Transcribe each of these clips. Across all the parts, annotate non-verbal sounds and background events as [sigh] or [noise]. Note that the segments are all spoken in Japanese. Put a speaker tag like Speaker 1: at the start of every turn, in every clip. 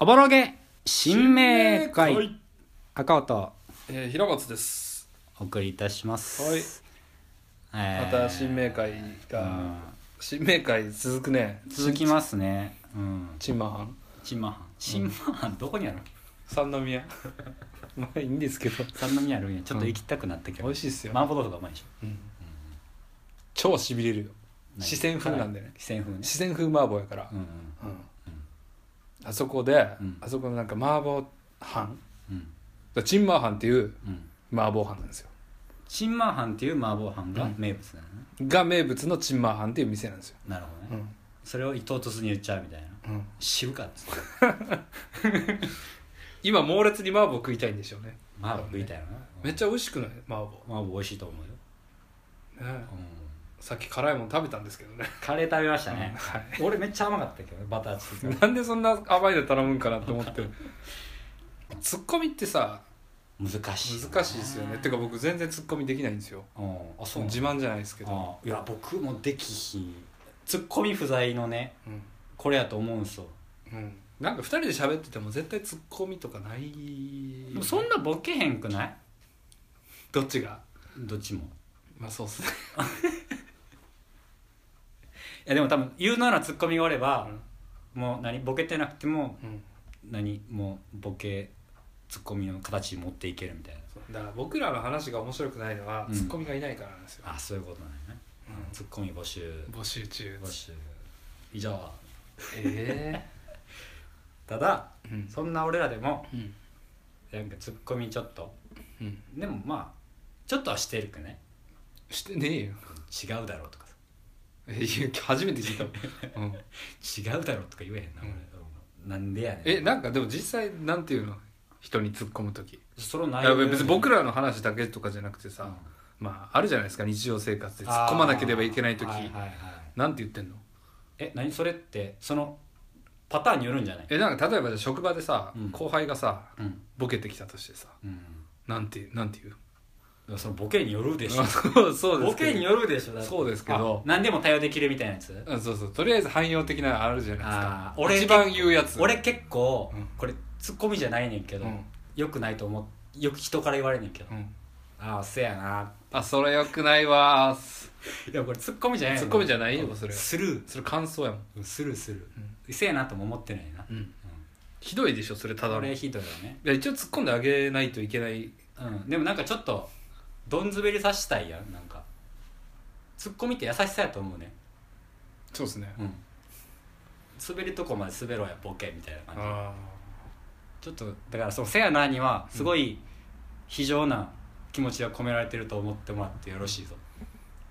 Speaker 1: おぼろげ新明会、
Speaker 2: はい
Speaker 1: 赤尾と
Speaker 2: えー、平松です。
Speaker 1: お送りいたしますはい、え
Speaker 2: ま
Speaker 1: ー
Speaker 2: た新明会
Speaker 1: う
Speaker 2: が
Speaker 1: ん、
Speaker 2: 新明会続くね。
Speaker 1: 続きますねうん
Speaker 2: チンマハン。
Speaker 1: チンマハンチンマハンどこにあるの
Speaker 2: 三宮。 [laughs] まあいいんですけど。
Speaker 1: 三宮あるんやちょっと行きたくなったけど、
Speaker 2: 美味しいっすよ。
Speaker 1: 麻婆豆腐がうまいでしょ
Speaker 2: うん超しびれるよ。
Speaker 1: 何
Speaker 2: 四川風なんでね
Speaker 1: 四川風ね
Speaker 2: 四川風麻婆やから
Speaker 1: う。ん
Speaker 2: うんあそこで
Speaker 1: うん、
Speaker 2: あそこのなんか麻婆飯。
Speaker 1: うんうん
Speaker 2: チンマハンっていう
Speaker 1: うん
Speaker 2: 麻婆飯なんですよ。
Speaker 1: チンマハンっていう麻婆飯が名物なのね、
Speaker 2: が名物のチンマハンっていう店なんですよ。
Speaker 1: なるほどね、
Speaker 2: うん
Speaker 1: それを伊藤とすに言っちゃうみたいな
Speaker 2: うん
Speaker 1: 渋かった
Speaker 2: [laughs]
Speaker 1: ですね
Speaker 2: 今猛烈に麻婆食いたいんでしょうね。
Speaker 1: 麻婆食いたいよな
Speaker 2: めっちゃ美味しくない麻婆。
Speaker 1: 麻婆美味しいと思うよ、
Speaker 2: ね
Speaker 1: うん、
Speaker 2: さっき辛いもの食べたんですけどね。
Speaker 1: カレー食べましたね、
Speaker 2: はい。
Speaker 1: 俺めっちゃ甘かったけどねバターチキン
Speaker 2: なんでそんな甘いの頼むんかなと思ってツッコミってさ
Speaker 1: 難しいよね
Speaker 2: 難しいですよねてか僕全然ツッコミできないんですよ
Speaker 1: うんあそう
Speaker 2: 自慢じゃないですけど、
Speaker 1: あいや僕もできひんツッコミ不在のね
Speaker 2: うん
Speaker 1: これやと思うんすよ
Speaker 2: うん、なんか2人で喋ってても絶対ツッコミとかない
Speaker 1: でもそんなボケへんくない
Speaker 2: どっちが
Speaker 1: どっちも
Speaker 2: まあそうっすね
Speaker 1: いやでも多分言うならツッコミがおれば、もう何ボケてなくても
Speaker 2: うん
Speaker 1: 何もうボケツッコミの形に持っていけるみたいな
Speaker 2: だから僕らの話が面白くないのは
Speaker 1: うん
Speaker 2: ツッコミがいないからなんですよ、
Speaker 1: あそういうことなんやね
Speaker 2: うん
Speaker 1: ツッコミ募集
Speaker 2: 募集中
Speaker 1: 募集以上
Speaker 2: え
Speaker 1: ただ
Speaker 2: えうん
Speaker 1: そんな俺らでも
Speaker 2: うん
Speaker 1: なんかツッコミちょっと
Speaker 2: うん
Speaker 1: でもまあちょっとはしてるくね
Speaker 2: してねえよ
Speaker 1: 違うだろうとかさ
Speaker 2: えいや初めて聞いたもん、
Speaker 1: [laughs]
Speaker 2: うん
Speaker 1: 違うだろうとか言えへんな、
Speaker 2: うん
Speaker 1: 俺なんでやねん
Speaker 2: えなんかでも実際なんていうの人に突っ込む時
Speaker 1: その内
Speaker 2: いや
Speaker 1: 容
Speaker 2: 別に僕らの話だけとかじゃなくてさ、まああるじゃないですか日常生活で突っ込まなければいけない時、
Speaker 1: あーはいはいはい
Speaker 2: なんて言ってんの
Speaker 1: え何それってそのパターンによるんじゃない
Speaker 2: えなんか例えばじゃあ職場でさ、
Speaker 1: うん
Speaker 2: 後輩がさ
Speaker 1: うん、
Speaker 2: ボケてきたとしてさ
Speaker 1: うん、
Speaker 2: なんてなんて言う
Speaker 1: そのボケによるでしょ
Speaker 2: そう [laughs] そうです
Speaker 1: ボケによるでしょだって
Speaker 2: そうですけど
Speaker 1: あ何でも対応できるみたいなやつ
Speaker 2: うんそうそうとりあえず汎用的なのあるじゃないです
Speaker 1: あ
Speaker 2: か
Speaker 1: ー俺
Speaker 2: 一番言うやつ
Speaker 1: 俺結構、
Speaker 2: うん
Speaker 1: これツッコミじゃないねんけ
Speaker 2: う
Speaker 1: ど、
Speaker 2: ん、
Speaker 1: よくないと思うよく人から言われんねんけど、
Speaker 2: うん、
Speaker 1: ああせやな
Speaker 2: あそれよくないわ
Speaker 1: [laughs]
Speaker 2: ー
Speaker 1: いやこれツッコミじゃない
Speaker 2: ツッコミじゃないよそれ
Speaker 1: スルー
Speaker 2: それ感想やもん、
Speaker 1: うんスルースルーせやなとも思ってないな、
Speaker 2: うん、
Speaker 1: う
Speaker 2: ひどいでしょそれた
Speaker 1: ん、こ
Speaker 2: だの
Speaker 1: れ
Speaker 2: い
Speaker 1: ひどいよね、
Speaker 2: や一応突っ込んであげないといけない
Speaker 1: うん、でもなんかちょっとどんずべりさしたいやんなんかツッコミって優しさやと思うね
Speaker 2: そうですね
Speaker 1: うん滑るとこまで滑ろうやボケみたいな感
Speaker 2: あ
Speaker 1: じちょっとだからその「せやな」にはすごい非常な気持ちが込められてると思ってもらってよろしいぞ
Speaker 2: あ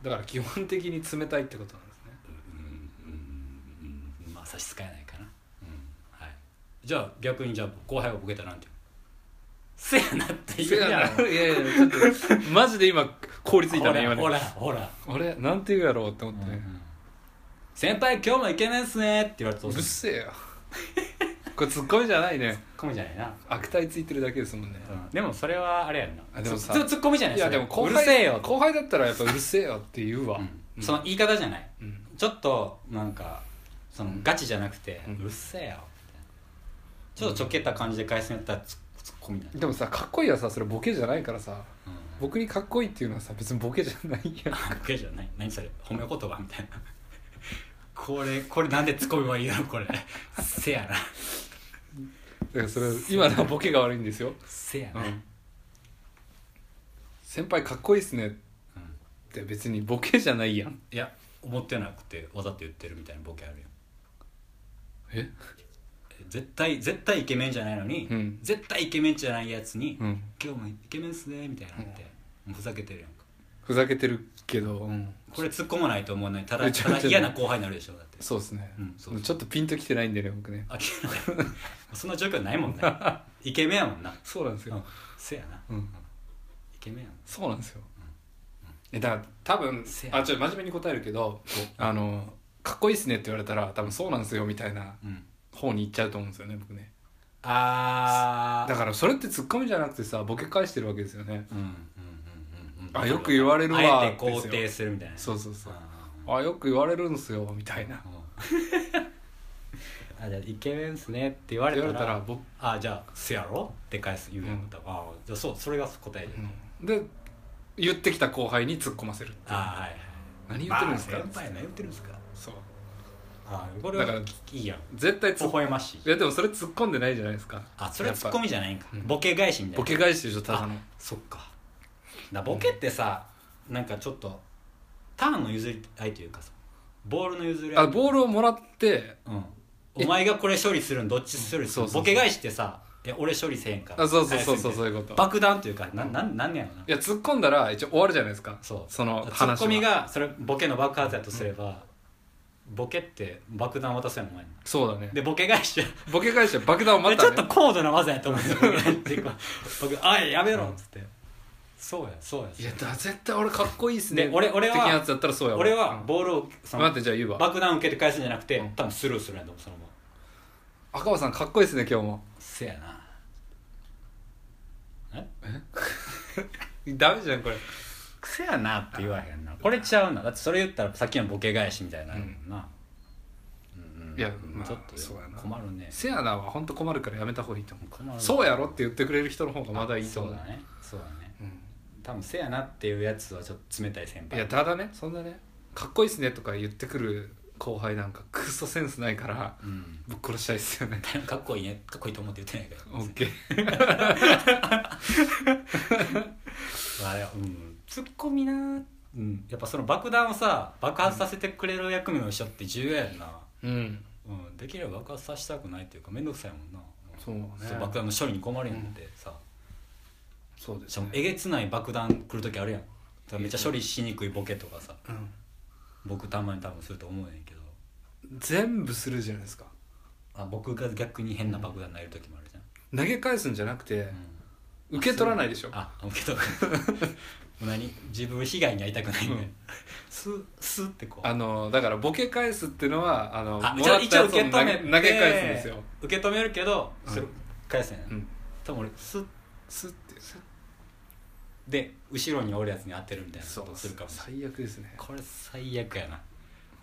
Speaker 2: だから基本的に冷たいってことなんですね
Speaker 1: うんうんうんまあ差し支えないかなうんはいじゃあ逆にじゃあ後輩がボケたらなんて言うせやなって
Speaker 2: い
Speaker 1: 言うや
Speaker 2: や
Speaker 1: ろ
Speaker 2: [laughs] いやいやちょっとマジで今凍りついたね今
Speaker 1: ほ
Speaker 2: ね
Speaker 1: らほらほら
Speaker 2: 俺なんて言うやろうって思ってね、
Speaker 1: 先輩今日もイケメンっすねって言われて
Speaker 2: う
Speaker 1: どう
Speaker 2: る
Speaker 1: す
Speaker 2: せえよ [laughs] これツッコミじゃないね
Speaker 1: るツッコミじゃないな、
Speaker 2: 悪態ついてるだけですもんね
Speaker 1: うんでもそれはあれやんな
Speaker 2: あでもさ
Speaker 1: ツッツッコミじゃない
Speaker 2: いや
Speaker 1: それ
Speaker 2: でも後輩
Speaker 1: うるせえよ
Speaker 2: 後輩だったらやっぱうるせえよって言うわ、
Speaker 1: うん
Speaker 2: うん
Speaker 1: その言い方じゃない
Speaker 2: うん
Speaker 1: ちょっとなんかそのガチじゃなくて、う
Speaker 2: うん
Speaker 1: るせえよみたいなちょっとちょけた感じで返すんやったらツッツッコミだね、
Speaker 2: でもさかっこいいはさそれボケじゃないからさ
Speaker 1: うん、
Speaker 2: 僕にかっこいいっていうのはさ別にボケじゃないやん
Speaker 1: ボケじゃない何それ褒め言葉みたいなこれこれなんでツッコミはいいのこれせやな
Speaker 2: だから [laughs] それ今のはボケが悪いんですよ
Speaker 1: せやな、
Speaker 2: うん先輩かっこいいっすねっ
Speaker 1: うん
Speaker 2: て別にボケじゃないやん
Speaker 1: いや思ってなくてわざと言ってるみたいなボケあるよ
Speaker 2: え
Speaker 1: え絶対絶対イケメンじゃないのに、
Speaker 2: うん
Speaker 1: 絶対イケメンじゃないやつに「
Speaker 2: うん
Speaker 1: 今日もイケメンっすね」みたいなのって、もうふざけてるやんか
Speaker 2: ふざけてるけど、うん
Speaker 1: これ突っ込まないと思わないただ
Speaker 2: ちょ
Speaker 1: ただ
Speaker 2: ちょ
Speaker 1: 嫌な後輩になるでしょだって
Speaker 2: そうですね、
Speaker 1: うんそう
Speaker 2: ちょっとピンときてないんでね僕ね
Speaker 1: あ嫌なそんな状況ないも
Speaker 2: [laughs]
Speaker 1: んねイケメンやもんな
Speaker 2: そうなんです
Speaker 1: うんせやな
Speaker 2: うん、
Speaker 1: イケメンやもん
Speaker 2: そうなんですよ、えだから多分
Speaker 1: せや
Speaker 2: あちょっと真面目に答えるけどあのかっこいいっすねって言われたら多分そうなんですよみたいな
Speaker 1: うん
Speaker 2: 方に行っちゃうと思うんですよね僕ね
Speaker 1: あ
Speaker 2: だ
Speaker 1: ら
Speaker 2: からそれってツッコミじゃなくてさボケ返してるわけですよね
Speaker 1: うんうんうんうんうん
Speaker 2: あよく言われるわ
Speaker 1: あえて肯定するみたいな
Speaker 2: そうそうそう
Speaker 1: あー
Speaker 2: あよく言われるんすよみたいな
Speaker 1: うんあじゃあイケメンっすねって言われたら
Speaker 2: 言われたら僕
Speaker 1: あじゃあせやろって返す言うやんだ、ったあじゃあそうそれが答えじゃん、
Speaker 2: で言ってきた後輩に突っ込ませる
Speaker 1: あはいはい
Speaker 2: 何言ってるんですか、
Speaker 1: まあ先輩何言ってるんですか
Speaker 2: そう
Speaker 1: あこれは
Speaker 2: だから
Speaker 1: いいやん
Speaker 2: 絶対突
Speaker 1: 微
Speaker 2: っ
Speaker 1: 笑ましい
Speaker 2: いやでもそれ突っ込んでないじゃないですか
Speaker 1: あそれはツッコ
Speaker 2: ミ
Speaker 1: ミじゃないんか
Speaker 2: うん
Speaker 1: ボケ返しみたいな
Speaker 2: ボケ返してるでしょただの
Speaker 1: そっかだボケってさ、なんかちょっとターンの譲り合いというかさボールの譲り合
Speaker 2: あ
Speaker 1: い、
Speaker 2: ボールをもらって
Speaker 1: うん、お前がこれ処理するのどっち処理す
Speaker 2: そう
Speaker 1: る
Speaker 2: そうそう
Speaker 1: ボケ返してさ「え俺処理せえへんから」
Speaker 2: あそうそうそうそうそう
Speaker 1: う
Speaker 2: いうこと
Speaker 1: 爆弾というかなんなんなんやろない
Speaker 2: や突っ込んだら一応終わるじゃないですか
Speaker 1: そう
Speaker 2: の
Speaker 1: ツッ
Speaker 2: 話
Speaker 1: コミ
Speaker 2: は
Speaker 1: がそれボケの爆発やとすれば、ボケって爆弾渡すやんお前に
Speaker 2: そうだね
Speaker 1: でボケ返して
Speaker 2: ボケ返して爆弾をま
Speaker 1: ち
Speaker 2: た、
Speaker 1: ょ
Speaker 2: ね、
Speaker 1: っと高度な技やと思うんですよっていうか僕「あいやめろ」っつって、そうやそうや
Speaker 2: いやだ絶対俺かっこいいっすね
Speaker 1: で俺俺は
Speaker 2: 的なやつだったらそうやわ
Speaker 1: 俺
Speaker 2: う
Speaker 1: は
Speaker 2: ん
Speaker 1: ボールをその
Speaker 2: 待ってじゃあ言うわ
Speaker 1: 爆弾受けて返すんじゃなくて、
Speaker 2: うん
Speaker 1: 多分スルーするんやと思うそのまま
Speaker 2: 赤羽さんかっこいいっすね今日も
Speaker 1: せやなえ
Speaker 2: ダメじゃんこれ
Speaker 1: くせやなって言わへんなこれちゃうなだってそれ言ったらさっきのボケ返しみたいになるもんな、うんうん
Speaker 2: いやまあ
Speaker 1: ちょっと
Speaker 2: そうやな
Speaker 1: 困るね
Speaker 2: せやなは本当困るからやめた方がいいと思
Speaker 1: 困
Speaker 2: う
Speaker 1: る
Speaker 2: そうやろって言ってくれる人の方がまだいいと思う
Speaker 1: そうだねそうだね
Speaker 2: うん
Speaker 1: 多分せやなっていうやつはちょっと冷たい先輩
Speaker 2: いやただねそんなねかっこいいっすねとか言ってくる後輩なんかクソセンスないから
Speaker 1: うん [laughs]
Speaker 2: ぶっ殺したいっすよね
Speaker 1: かっこいいねかっこいいと思って言ってないから
Speaker 2: オッケー
Speaker 1: あれうんツッコミなうんやっぱその爆弾をさ爆発させてくれる役目の人って重要やんな、
Speaker 2: うん
Speaker 1: うん、できれば爆発させたくないっていうか面倒くさいもんな、
Speaker 2: そうね
Speaker 1: そう爆弾の処理に困るやんってさ、
Speaker 2: そうで
Speaker 1: し
Speaker 2: す
Speaker 1: かも
Speaker 2: ね
Speaker 1: えげつない爆弾来る時あるやんだからめっちゃ処理しにくいボケとかさ
Speaker 2: うん
Speaker 1: 僕たまに多分すると思うねんけど
Speaker 2: 全部するじゃないですか
Speaker 1: あ僕が逆に変な爆弾投げる時もあるじゃん、
Speaker 2: 投げ返すんじゃなくて
Speaker 1: うん
Speaker 2: 受け取らないでしょ
Speaker 1: あ受け取るもう [laughs] 何自分被害に遭いたくないね、
Speaker 2: うん
Speaker 1: スッスッってこう
Speaker 2: あのだからボケ返すっていうのはあの
Speaker 1: あ
Speaker 2: も
Speaker 1: 一
Speaker 2: ら
Speaker 1: 応
Speaker 2: っ
Speaker 1: 一
Speaker 2: た
Speaker 1: 応
Speaker 2: やつを
Speaker 1: 受け
Speaker 2: 投げ
Speaker 1: 止め
Speaker 2: 投
Speaker 1: て
Speaker 2: げ返すんですよ、
Speaker 1: 受け止めるけどそれ
Speaker 2: うん
Speaker 1: 返せない、
Speaker 2: うん、
Speaker 1: 多分俺スッ
Speaker 2: スッて
Speaker 1: で後ろにおるやつに当てるみたいな
Speaker 2: そ
Speaker 1: こ
Speaker 2: う
Speaker 1: とするかもしれない
Speaker 2: 最悪ですね
Speaker 1: これ最悪やな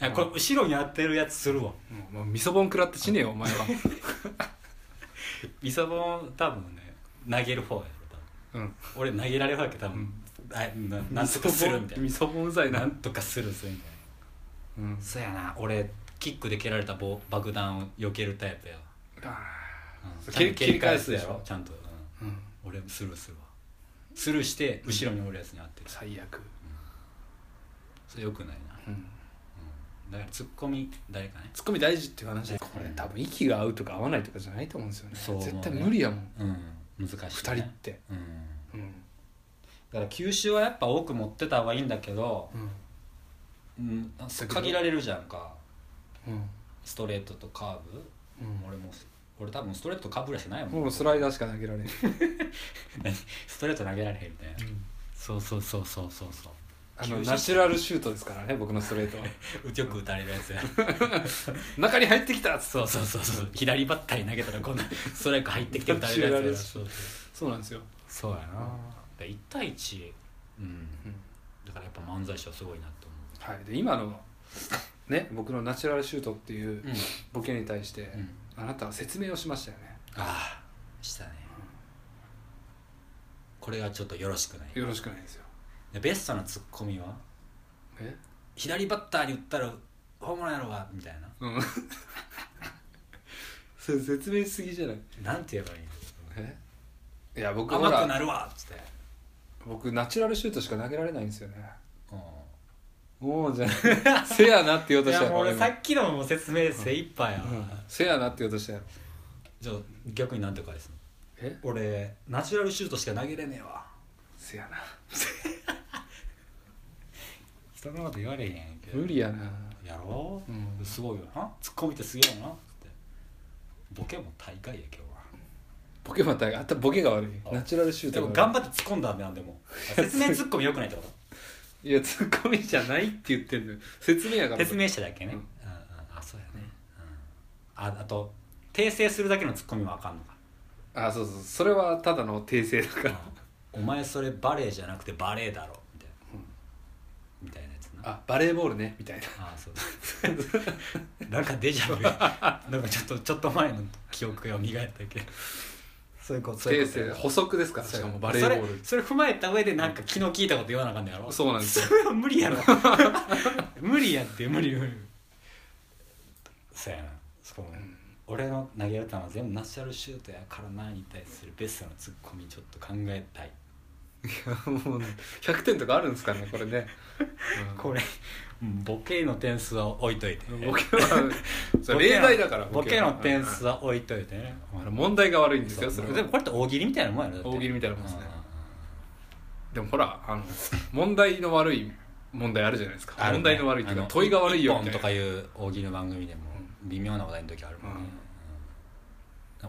Speaker 1: あこれ後ろに当てるやつするわ
Speaker 2: もうもうみそぼん食らって死ねよお前は
Speaker 1: イサボン多分ね投げる方やろ多分
Speaker 2: うん
Speaker 1: 俺投げられるわけ多分、あな [laughs] なんとかするみたい
Speaker 2: みそぼんうざい
Speaker 1: な
Speaker 2: な
Speaker 1: なんとかするするみたいな
Speaker 2: うん
Speaker 1: そうやな俺キックで蹴られた棒爆弾を避けるタイプやわ、うん、
Speaker 2: 蹴り
Speaker 1: ちゃんと蹴り返す
Speaker 2: 蹴り返すで
Speaker 1: や
Speaker 2: し
Speaker 1: ろ
Speaker 2: ょ
Speaker 1: ちゃんと、うん
Speaker 2: うん
Speaker 1: 俺もスルーするわスルーして後ろにおるやつに当てる、
Speaker 2: 最悪
Speaker 1: それよくないな、
Speaker 2: うん
Speaker 1: うん、だからツッコミ誰かね
Speaker 2: ツッコミ大事っていう話でこれ多分息が合うとか合わないとかじゃないと思うんですよね
Speaker 1: そう思うね
Speaker 2: 絶対無理やもん
Speaker 1: うん難しい、ね、
Speaker 2: 二人って
Speaker 1: うん
Speaker 2: うん
Speaker 1: だから吸収はやっぱ多く持ってた方がいいんだけど、うん、限られるじゃんか
Speaker 2: うん
Speaker 1: ストレートとカーブ
Speaker 2: うん
Speaker 1: 俺も俺多分ストレートとカーブぐらいしかないもん
Speaker 2: もうスライダーしか投げられない、
Speaker 1: [laughs] ストレート投げられへんみたいなそうそうそうそうそうそう
Speaker 2: あのナチュラルシュートですからね僕のストレートは [laughs]
Speaker 1: よく打たれるやつや
Speaker 2: 中に入ってきたっつって
Speaker 1: そうそうそうそう左バッターに投げたらこんなストライク入ってきて打たれ [laughs] るやつやそう
Speaker 2: そうなんですよ
Speaker 1: そうそうやなだか
Speaker 2: は
Speaker 1: ら1対1、うん、だからやっぱ漫才師はすごいなと思
Speaker 2: いで今のね僕のナチュラルシュートっていう
Speaker 1: う、うん
Speaker 2: ボケに対して
Speaker 1: うん、
Speaker 2: あなたは説明をしましたよね
Speaker 1: ああしたねこれがちょっとよろしくない
Speaker 2: よろしくないですよ
Speaker 1: でベストなツッコミは
Speaker 2: え
Speaker 1: 左バッターに打ったらホームランやろがみたいな
Speaker 2: うん [laughs] それ説明しすぎじゃない
Speaker 1: なんて言えばいいの
Speaker 2: えいや僕ほ
Speaker 1: 甘くな
Speaker 2: ら
Speaker 1: るわっつって、
Speaker 2: 僕ナチュラルシュートしか投げられないんですよね
Speaker 1: う、
Speaker 2: もうじゃあせやなって言おうんと
Speaker 1: い
Speaker 2: した
Speaker 1: や
Speaker 2: や
Speaker 1: も
Speaker 2: ろ
Speaker 1: う俺
Speaker 2: 今
Speaker 1: さっきのも説明精一杯やわ、
Speaker 2: うんせやなって言おうとしたやろ
Speaker 1: じゃあ逆になんて返すの
Speaker 2: え
Speaker 1: 俺ナチュラルシュートしか投げれねえわ
Speaker 2: せやな
Speaker 1: 人のこと言われへんやんけ
Speaker 2: 無理やな
Speaker 1: やろ、
Speaker 2: うん
Speaker 1: すごいよなツッコミってすげえよなってボケも大会や今日は
Speaker 2: ボケまたあったボケが悪い
Speaker 1: あ
Speaker 2: ナチュラルシュー
Speaker 1: で
Speaker 2: ト
Speaker 1: も
Speaker 2: が
Speaker 1: 頑
Speaker 2: 悪
Speaker 1: 張って突っ込んだんだよでも [laughs] 説明突っ込みよくないってこ
Speaker 2: いいやツッコミじゃないって言ってんのよ説明やか
Speaker 1: と
Speaker 2: ら
Speaker 1: 説明しただけね、
Speaker 2: う
Speaker 1: うんんうん、あそうやね、うん、ああと訂正するだけの突っ込みはあかんのか
Speaker 2: あそうそうそれはただの訂正だから
Speaker 1: お前それバレエじゃなくてバレエだろみたいな、
Speaker 2: うん
Speaker 1: みたいなやつな
Speaker 2: あバレーボールねみたいな
Speaker 1: ああそうだなんかデジャブがなんかちょっとちょっと前の記憶が蘇ったけどそういうことそうい
Speaker 2: 訂
Speaker 1: うこと
Speaker 2: 正補足ですからしかもバレーボール
Speaker 1: それそれ踏まえた上でなんか昨日聞いたこと言わなあかんねやろ
Speaker 2: そうなんですよ
Speaker 1: それは無理やろ [laughs] 無理やって無理無理そうやなそう、俺の投げる球は全部ナチュラルシュートやからなに対するベストのツッコミちょっと考えたい
Speaker 2: もう100点とかあるんですかねこ
Speaker 1: [laughs]
Speaker 2: れね、うん
Speaker 1: これうんボケの点数は置いといて
Speaker 2: ボケは [laughs] それ例題だから
Speaker 1: ボケの点数
Speaker 2: は
Speaker 1: は置いといてね
Speaker 2: うんあの問題が悪いんですよそれは
Speaker 1: でもこれって大喜利みたいなもんやろだって
Speaker 2: 大喜利みたいなもんですね
Speaker 1: うんうんうん
Speaker 2: でもほらあの問題の悪い問題あるじゃないですか、
Speaker 1: あるね
Speaker 2: 問題の悪いっていう
Speaker 1: あの
Speaker 2: か問いが悪いよみたいな
Speaker 1: 一本とかいう大喜利の番組でも微妙な話題の時あるもんね、うん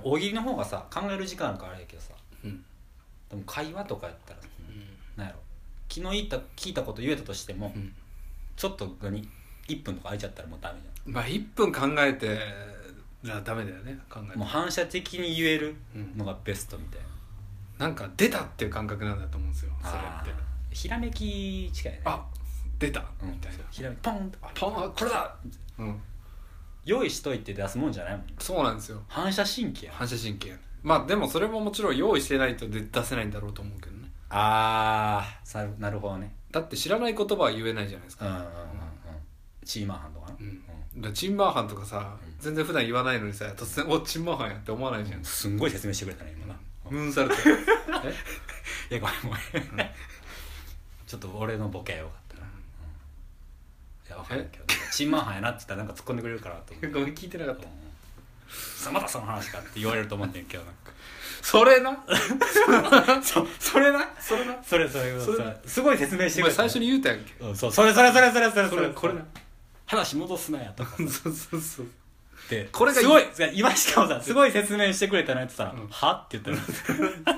Speaker 1: 大喜利の方がさ考える時間あるからあれやけどさ
Speaker 2: うん
Speaker 1: でも会話とかやったらなんやろ昨日言った聞いたこと言えたとしても、
Speaker 2: うん
Speaker 1: ちょっと何1分とか空いちゃったらもうダメじ
Speaker 2: まあ1分考えてじゃダメだよね考え
Speaker 1: ゃ
Speaker 2: て
Speaker 1: んもう反射的に言える
Speaker 2: うん
Speaker 1: のがベストみたいな、
Speaker 2: なんか出たっていう感覚なんだと思うんですよそれ
Speaker 1: あ
Speaker 2: って
Speaker 1: ーひらめき近いね
Speaker 2: あ出た、
Speaker 1: うん
Speaker 2: みたいな
Speaker 1: ひらめきポンとあ
Speaker 2: ポンあこれだ、うん、
Speaker 1: 用意しといて出すもんじゃないもん
Speaker 2: そうなんですよ
Speaker 1: 反射神経や
Speaker 2: 反射神経まあでもそれももちろん用意してないと出出せないんだろうと思うけどね
Speaker 1: ああなるほどね
Speaker 2: だって知らない言葉は言えないじゃないです
Speaker 1: うんうん
Speaker 2: か,、
Speaker 1: うんうんチーマーハンとかな、
Speaker 2: うんだからチンマーハンとかさ、全然普段言わないのにさ突然「おチンマーハンや」って思わないじゃん、
Speaker 1: すんごい説明してくれたね今な、い
Speaker 2: ムー
Speaker 1: [laughs]
Speaker 2: ンサルトえ
Speaker 1: やごめんごめん、ちょっと俺のボケよかったな、いや分かるけどチンマンハンやなって言ったらなんか突っ込んでくれるかなと思って
Speaker 2: ごめん聞いてなかった
Speaker 1: さまたその話かって言われると思ってんけどなん
Speaker 2: それな
Speaker 1: かそそれなそれなそれそれ
Speaker 2: それ
Speaker 1: さ [laughs] すごい説明して
Speaker 2: お
Speaker 1: く
Speaker 2: 前
Speaker 1: れた
Speaker 2: 最
Speaker 1: ね、
Speaker 2: 初に言うたやんけ
Speaker 1: うん、そうそれそれそれそれそれ
Speaker 2: それこれな
Speaker 1: 話戻すなやとか
Speaker 2: そうそうそう
Speaker 1: で
Speaker 2: これが
Speaker 1: すごい今しかもさすごい説明してくれたなってさ「
Speaker 2: うん
Speaker 1: は?」って言ったら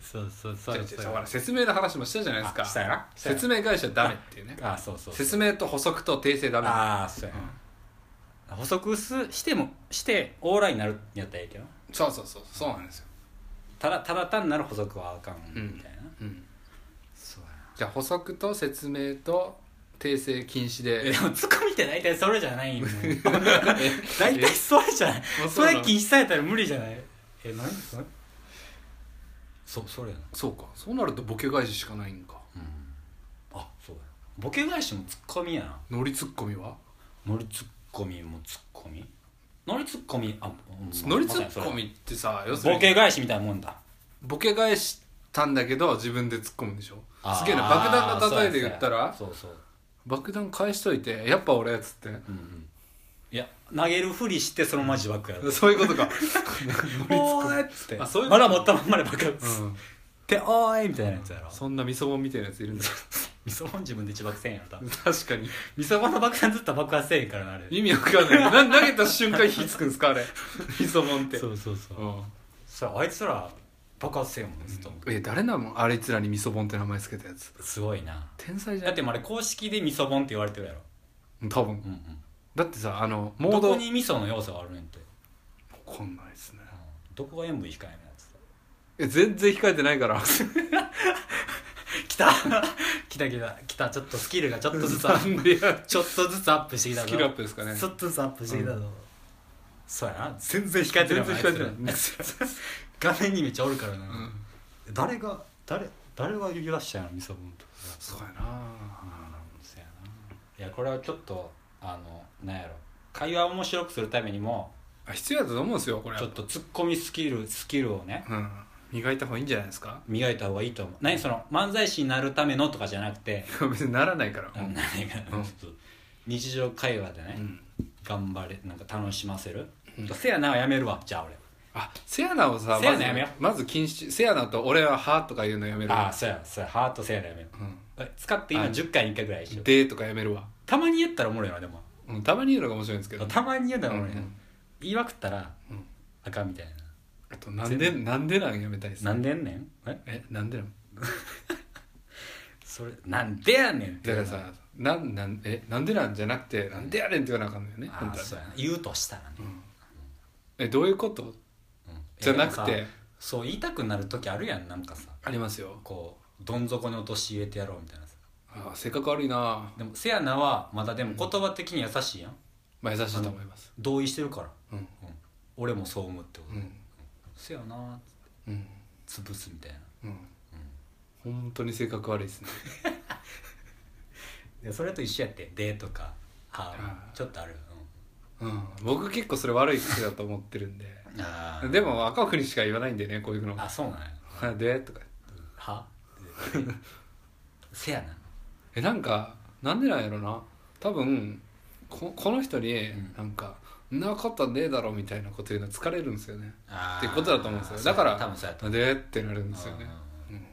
Speaker 1: そうそうそ
Speaker 2: 違う違う違うほら説明の話もしたじゃないですか
Speaker 1: あしたやなしたやな
Speaker 2: 説明会社ダメっていうね
Speaker 1: あそうそう
Speaker 2: 説明と補足と訂正ダメ
Speaker 1: ああそうやな補足すしてもしてオーライになるんやったらええけど
Speaker 2: そうそうそうそうなんですよ、
Speaker 1: ただただ単なる補足はあかん
Speaker 2: うん
Speaker 1: みたいな、
Speaker 2: うん、
Speaker 1: そうやな
Speaker 2: じゃあ補足と説明と訂正禁止
Speaker 1: え
Speaker 2: で
Speaker 1: でもツッコミって大体それじゃないんよ大体それじゃない
Speaker 2: え
Speaker 1: それ禁止されたら無理じゃないえ何それそうそれやな
Speaker 2: そうかそうなるとボケ返ししかないんか
Speaker 1: あそうだボケ返しもツッコミやな
Speaker 2: ノリツッコミは
Speaker 1: ノリツッコミもツッコミノリツッコミあうん
Speaker 2: ノリツッコミってさ要する
Speaker 1: ボ
Speaker 2: に
Speaker 1: ケ返しみたいなもんだ
Speaker 2: ボケ返したんだけど自分で突っ込むんでしょすげえな爆弾が叩いて言ったら
Speaker 1: そうそうそう
Speaker 2: 爆弾返しといてやっぱ俺っつって
Speaker 1: うんうんいや投げるふりしてそのまま自爆やる [laughs]
Speaker 2: そういうことか
Speaker 1: おーいっつって
Speaker 2: あそういうこ
Speaker 1: ま
Speaker 2: と
Speaker 1: だ持ったまんまで爆発
Speaker 2: う
Speaker 1: っ
Speaker 2: ん
Speaker 1: ておーいみたいなやつやろ
Speaker 2: そんなみそぼんみたいなやついるんだ
Speaker 1: みそぼん自分で自爆せんやろ多分
Speaker 2: 確かに
Speaker 1: みそぼんの爆弾ずっと爆発せえへんからなあれ
Speaker 2: 意味わかんないな投げた瞬間火つくんですか
Speaker 1: [laughs]
Speaker 2: あれみそぼんって
Speaker 1: そうそうそう
Speaker 2: うん
Speaker 1: それあいつら爆発せえもんずっと
Speaker 2: え誰なのあいつらにみそぼんって名前つけたやつ
Speaker 1: すごいな
Speaker 2: 天才じゃ
Speaker 1: だ
Speaker 2: ん
Speaker 1: ってもうあれ公式でみそぼんって言われてるやろ
Speaker 2: 多分
Speaker 1: うんうん
Speaker 2: だってさあのモー
Speaker 1: ど
Speaker 2: ド
Speaker 1: こ
Speaker 2: わ
Speaker 1: に味噌の要素があるねんって、
Speaker 2: かんないですね
Speaker 1: どこが塩分控えめなやつ
Speaker 2: え全然控えてないから
Speaker 1: 来た [laughs] 来た来た来たちょっとスキルがちょっとずつア [laughs] ップ
Speaker 2: なんでや
Speaker 1: ちょっとずつアップしてきたぞ
Speaker 2: スキルアップですかね
Speaker 1: ちょっとずつアップしてきたぞ、そうやな全然控えてない
Speaker 2: 全然控えてない
Speaker 1: あつら [laughs] 画面にめっちゃおるからな、
Speaker 2: うん
Speaker 1: 誰が誰誰が言い出したんやろ味噌分とか
Speaker 2: そうやな
Speaker 1: そうやないやこれはちょっとあのなんやろ会話を面白くするためにも
Speaker 2: あ必要だと思うんですよこれ
Speaker 1: ちょっとツッコミスキルスキルをね、
Speaker 2: うん磨いた方がいいんじゃないですか [laughs]
Speaker 1: 磨いた方がいいと思う何その漫才師になるためのとかじゃなくて、
Speaker 2: 別にならないから、
Speaker 1: なんか
Speaker 2: うん
Speaker 1: ちょっと日常会話でね、
Speaker 2: うん
Speaker 1: 頑張れなんか楽しませる、せやなはやめるわじゃあ俺
Speaker 2: あセアナをさ
Speaker 1: セア
Speaker 2: ま
Speaker 1: ナ
Speaker 2: ず
Speaker 1: やめよ
Speaker 2: まず禁止セアナと俺は「は」とか言うのやめる
Speaker 1: ああ
Speaker 2: わ
Speaker 1: そうやそうやハートせやなやめる、
Speaker 2: う
Speaker 1: え使って今
Speaker 2: あ
Speaker 1: 10回に1回ぐらいでし
Speaker 2: ん
Speaker 1: ょ
Speaker 2: でとかやめるわ、
Speaker 1: たまに言ったらおもろいなでも
Speaker 2: うん、たまに言うのが面白いんですけど
Speaker 1: たまに言うたらおもろいな、
Speaker 2: うん
Speaker 1: 言いまくったら、
Speaker 2: うん
Speaker 1: あかんみたいな
Speaker 2: あとなんでなんでなんやめたいです
Speaker 1: なんでやんねんえ
Speaker 2: えなんでなん
Speaker 1: それなんでやねんって
Speaker 2: だからさなんなんえなんでなんじゃなくてなんでやれんって言わなあかんのよね
Speaker 1: あ
Speaker 2: 本
Speaker 1: あ
Speaker 2: 当は
Speaker 1: そうやな言うとしたらね、
Speaker 2: えどういうこと
Speaker 1: うん
Speaker 2: じゃなくて
Speaker 1: いやでもさそう言いたくなる時あるやんなんかさ
Speaker 2: ありますよ
Speaker 1: こうどん底に陥れてやろうみたいなさ
Speaker 2: ああ性格悪いな
Speaker 1: でもせやなはまだでも言葉的に優しいやん
Speaker 2: まあ優しいと思います
Speaker 1: 同意してるから、
Speaker 2: うん
Speaker 1: うん、俺もそう思うってこと、
Speaker 2: うん
Speaker 1: せやな
Speaker 2: うん
Speaker 1: 潰すみたいな
Speaker 2: うん本当に性格悪いですね
Speaker 1: でそれと一緒やって「で」とか「は
Speaker 2: あ」ー
Speaker 1: ちょっとある、
Speaker 2: うん僕結構それ悪い癖だと思ってるんで
Speaker 1: うん、あ
Speaker 2: でも赤奥にしか言わないんでねこういうの
Speaker 1: あそうなんや
Speaker 2: 「で」とか
Speaker 1: 「
Speaker 2: [laughs]
Speaker 1: は」せやな
Speaker 2: えなんかなんでなんやろな多分ここの人に
Speaker 1: うん
Speaker 2: なんか「んなことねえだろ」みたいなこと言うの疲れるんですよね
Speaker 1: あ
Speaker 2: っ
Speaker 1: ー
Speaker 2: てことだと思うんですよ
Speaker 1: そうや
Speaker 2: だから
Speaker 1: 多分そうや
Speaker 2: 「
Speaker 1: と
Speaker 2: な
Speaker 1: 思
Speaker 2: んで?」ってなるんですよ
Speaker 1: う
Speaker 2: ね
Speaker 1: うん
Speaker 2: うん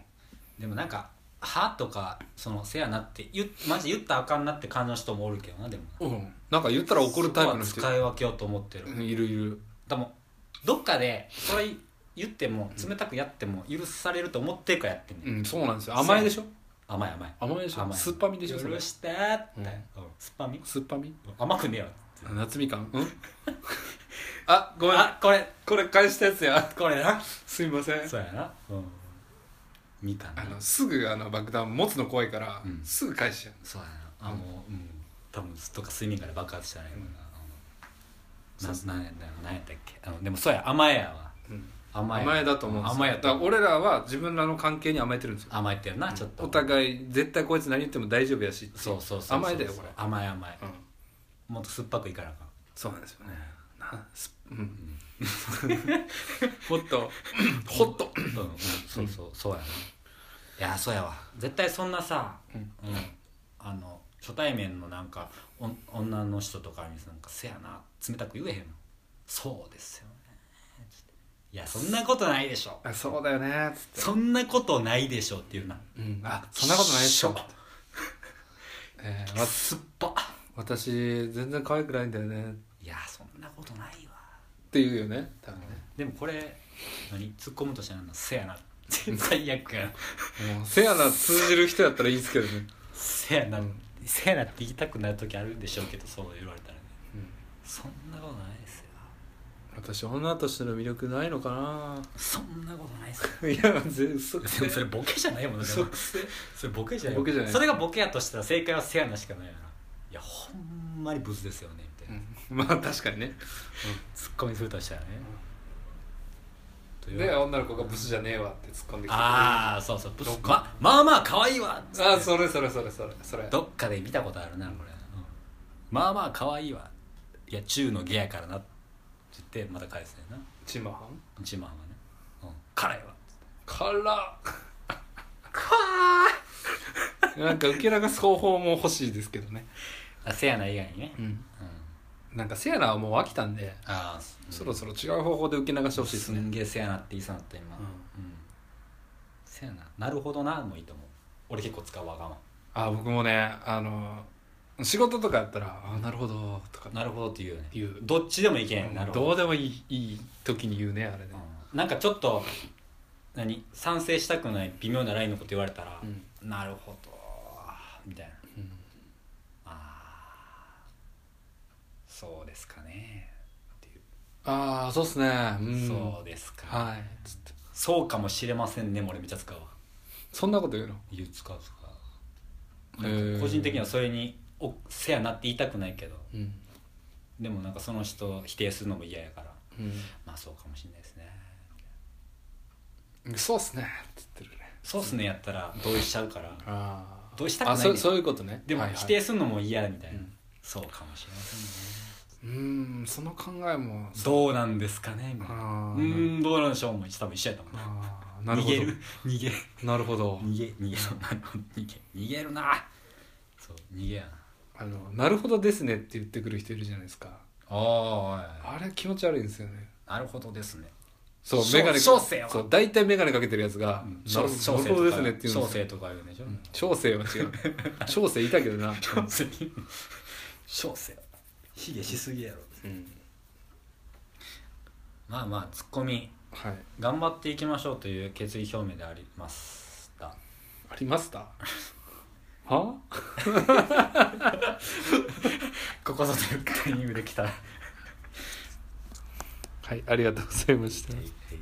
Speaker 1: でもなんか「は」とか「そのせやな」って言っマジ言ったらあかんなって感じの人もおるけどなでも
Speaker 2: うんなんか言ったら怒るタイプの
Speaker 1: そ
Speaker 2: 人
Speaker 1: こは使い分けようと思ってる、
Speaker 2: うんいるいる
Speaker 1: でもどっかでそれ言っても冷たくやっても許されると思ってるからやってんねん、
Speaker 2: うんそうなんですよ甘えでしょ
Speaker 1: 甘い甘い
Speaker 2: 甘えでしょ
Speaker 1: 甘い
Speaker 2: 酸っぱみでしょそれ
Speaker 1: 許してーって、
Speaker 2: うん
Speaker 1: うん酸っぱみ
Speaker 2: 酸っぱみ
Speaker 1: 甘くねえわ
Speaker 2: 夏みかんうん [laughs] あごめん
Speaker 1: あこれ
Speaker 2: これ返したやつや
Speaker 1: これな
Speaker 2: すいません
Speaker 1: そうやなうんみかん
Speaker 2: あ
Speaker 1: な
Speaker 2: のすぐあの爆弾持つの怖いから、
Speaker 1: うん
Speaker 2: すぐ返しちゃう
Speaker 1: そうやなあもううん多分ずっとか睡眠から爆発したないもんなうんななんやなんやなんやったっけあのでもそうや甘えやわ
Speaker 2: うん
Speaker 1: 甘え
Speaker 2: 甘えだと思うんですよ
Speaker 1: 甘えや
Speaker 2: だから俺らは自分らの関係に甘えてるんですよ
Speaker 1: 甘えてるなちょっと
Speaker 2: お互い絶対こいつ何言っても大丈夫やしってい
Speaker 1: そうそうそうそう
Speaker 2: 甘えだよこれ
Speaker 1: 甘え甘え
Speaker 2: うん、
Speaker 1: もっと酸っぱくいかなあかん
Speaker 2: そうなんですよねなすうん、 [laughs] もっ [laughs] とホッと
Speaker 1: うんうんそうそうそうやな、いやそうやわ絶対そんなさ、
Speaker 2: うん
Speaker 1: あの初対面のなんかお女の人とかになんか「せやな」冷たく言えへんの「そうですよね」いやそんなことないでしょ
Speaker 2: あそうだよねつって
Speaker 1: そんなことないでしょ」っていうな
Speaker 2: うん、あそんなことないっしょ
Speaker 1: きっし、
Speaker 2: えー
Speaker 1: ょ
Speaker 2: わ
Speaker 1: すっぱ
Speaker 2: 私全然可愛くないんだよね
Speaker 1: いやそんなことないわ
Speaker 2: っていうよね多分ね
Speaker 1: でもこれ何突っ込むとしたら「せやな」最悪やな
Speaker 2: もうせやな通じる人やったらいいですけどね、
Speaker 1: 「せやな」
Speaker 2: うん
Speaker 1: せやな」って言いたくなる時あるんでしょうけどそう言われたらね
Speaker 2: うん
Speaker 1: そんなことないですよ
Speaker 2: 私女としての魅力ないのか
Speaker 1: そんなことないですよ
Speaker 2: ないや
Speaker 1: で
Speaker 2: 全然
Speaker 1: もそれボケじゃないもんね
Speaker 2: 嘘
Speaker 1: それボケじゃない
Speaker 2: ボケじゃない
Speaker 1: それがボケやとしたら正解はせやなしかないよないやほんまにブスですよねみたいな、
Speaker 2: まあ確かにね
Speaker 1: ツッコミするとしたらね、という
Speaker 2: で女の子がブスじゃねえわって突っ込んできて
Speaker 1: ああそうそうブス
Speaker 2: どっ
Speaker 1: ままあまあ可愛いわっつって
Speaker 2: あそれそれそれそれそれ
Speaker 1: どっかで見たことあるなこれ、うんまあまあ可愛いわいや中のゲやからなって言ってまた返すねんな
Speaker 2: チマハン
Speaker 1: 一番はね、うん、辛いわ
Speaker 2: から
Speaker 1: かーい
Speaker 2: なんか受け流す方法も欲しいですけどね
Speaker 1: あせやな以外にね、
Speaker 2: うん
Speaker 1: うん
Speaker 2: なんかせやなはもう飽きたんで
Speaker 1: ああ
Speaker 2: そろそろ違う方法で受け流してほしいですすね
Speaker 1: んげえせやなって言いそうになった今
Speaker 2: うん
Speaker 1: せやななるほどなもいいと思う俺結構使うわがま
Speaker 2: あ僕もねあの仕事とかやったら「あなるほど」とか
Speaker 1: なるほどって言うよね
Speaker 2: 言う
Speaker 1: どっちでもいけんなるほ
Speaker 2: ど
Speaker 1: ど
Speaker 2: うでもいいいい時に言うねあれで、
Speaker 1: うんなんかちょっと何賛成したくない微妙なラインのこと言われたら、
Speaker 2: うん
Speaker 1: なるほどみたいなあーそうですかねっていう、
Speaker 2: ああそうっすねうん
Speaker 1: そうですか、
Speaker 2: はいつって
Speaker 1: そうかもしれませんねも俺めっちゃ使うわ
Speaker 2: そんなこと言うの
Speaker 1: 言う使う使う
Speaker 2: へー
Speaker 1: なんか個人的にはそれにおせやなって言いたくないけど
Speaker 2: うん、
Speaker 1: でもなんかその人を否定するのも嫌やから
Speaker 2: う
Speaker 1: まあそうかもしれないですね
Speaker 2: ん、そうっすねって言ってるね
Speaker 1: そうっすねやったら同意しちゃうから
Speaker 2: ああ
Speaker 1: どうしたくないね
Speaker 2: あそうそういうことね
Speaker 1: でも
Speaker 2: はいはい
Speaker 1: 否定するのも嫌みたいな、
Speaker 2: うん
Speaker 1: そうかもしれませんね
Speaker 2: うーんその考えも
Speaker 1: どうなんですかねみたいな
Speaker 2: あ
Speaker 1: う
Speaker 2: ー
Speaker 1: ーんどうなんでしょうもう多分一緒やと思う
Speaker 2: あーなる
Speaker 1: 逃
Speaker 2: ほど
Speaker 1: げる逃げ
Speaker 2: なるほど
Speaker 1: 逃げ逃げそう [laughs] な逃げ逃げるなそう逃げやな
Speaker 2: あのなるほどですねって言ってくる人いるじゃないですか
Speaker 1: あ
Speaker 2: あれ気持ち悪いんですよね
Speaker 1: なるほどですね
Speaker 2: そう
Speaker 1: 小
Speaker 2: メガネ
Speaker 1: 小生は
Speaker 2: そう大体メガネかけてるやつが
Speaker 1: うん
Speaker 2: なる
Speaker 1: 小
Speaker 2: なる
Speaker 1: 生と
Speaker 2: ほど
Speaker 1: か
Speaker 2: ですねって言うん
Speaker 1: 小
Speaker 2: ですよ
Speaker 1: 生とか言うんでしょ、
Speaker 2: うん小生は
Speaker 1: [laughs]
Speaker 2: 違う小生いたけどな
Speaker 1: 小生小生ヒゲしすぎやろ
Speaker 2: うん
Speaker 1: まあまあツッコミ
Speaker 2: はい
Speaker 1: 頑張っていきましょうという決意表明でありました
Speaker 2: ありました
Speaker 1: [laughs]
Speaker 2: は
Speaker 1: ここぞと [laughs] いうタイミングできたは
Speaker 2: はいありがとうございました
Speaker 1: いはい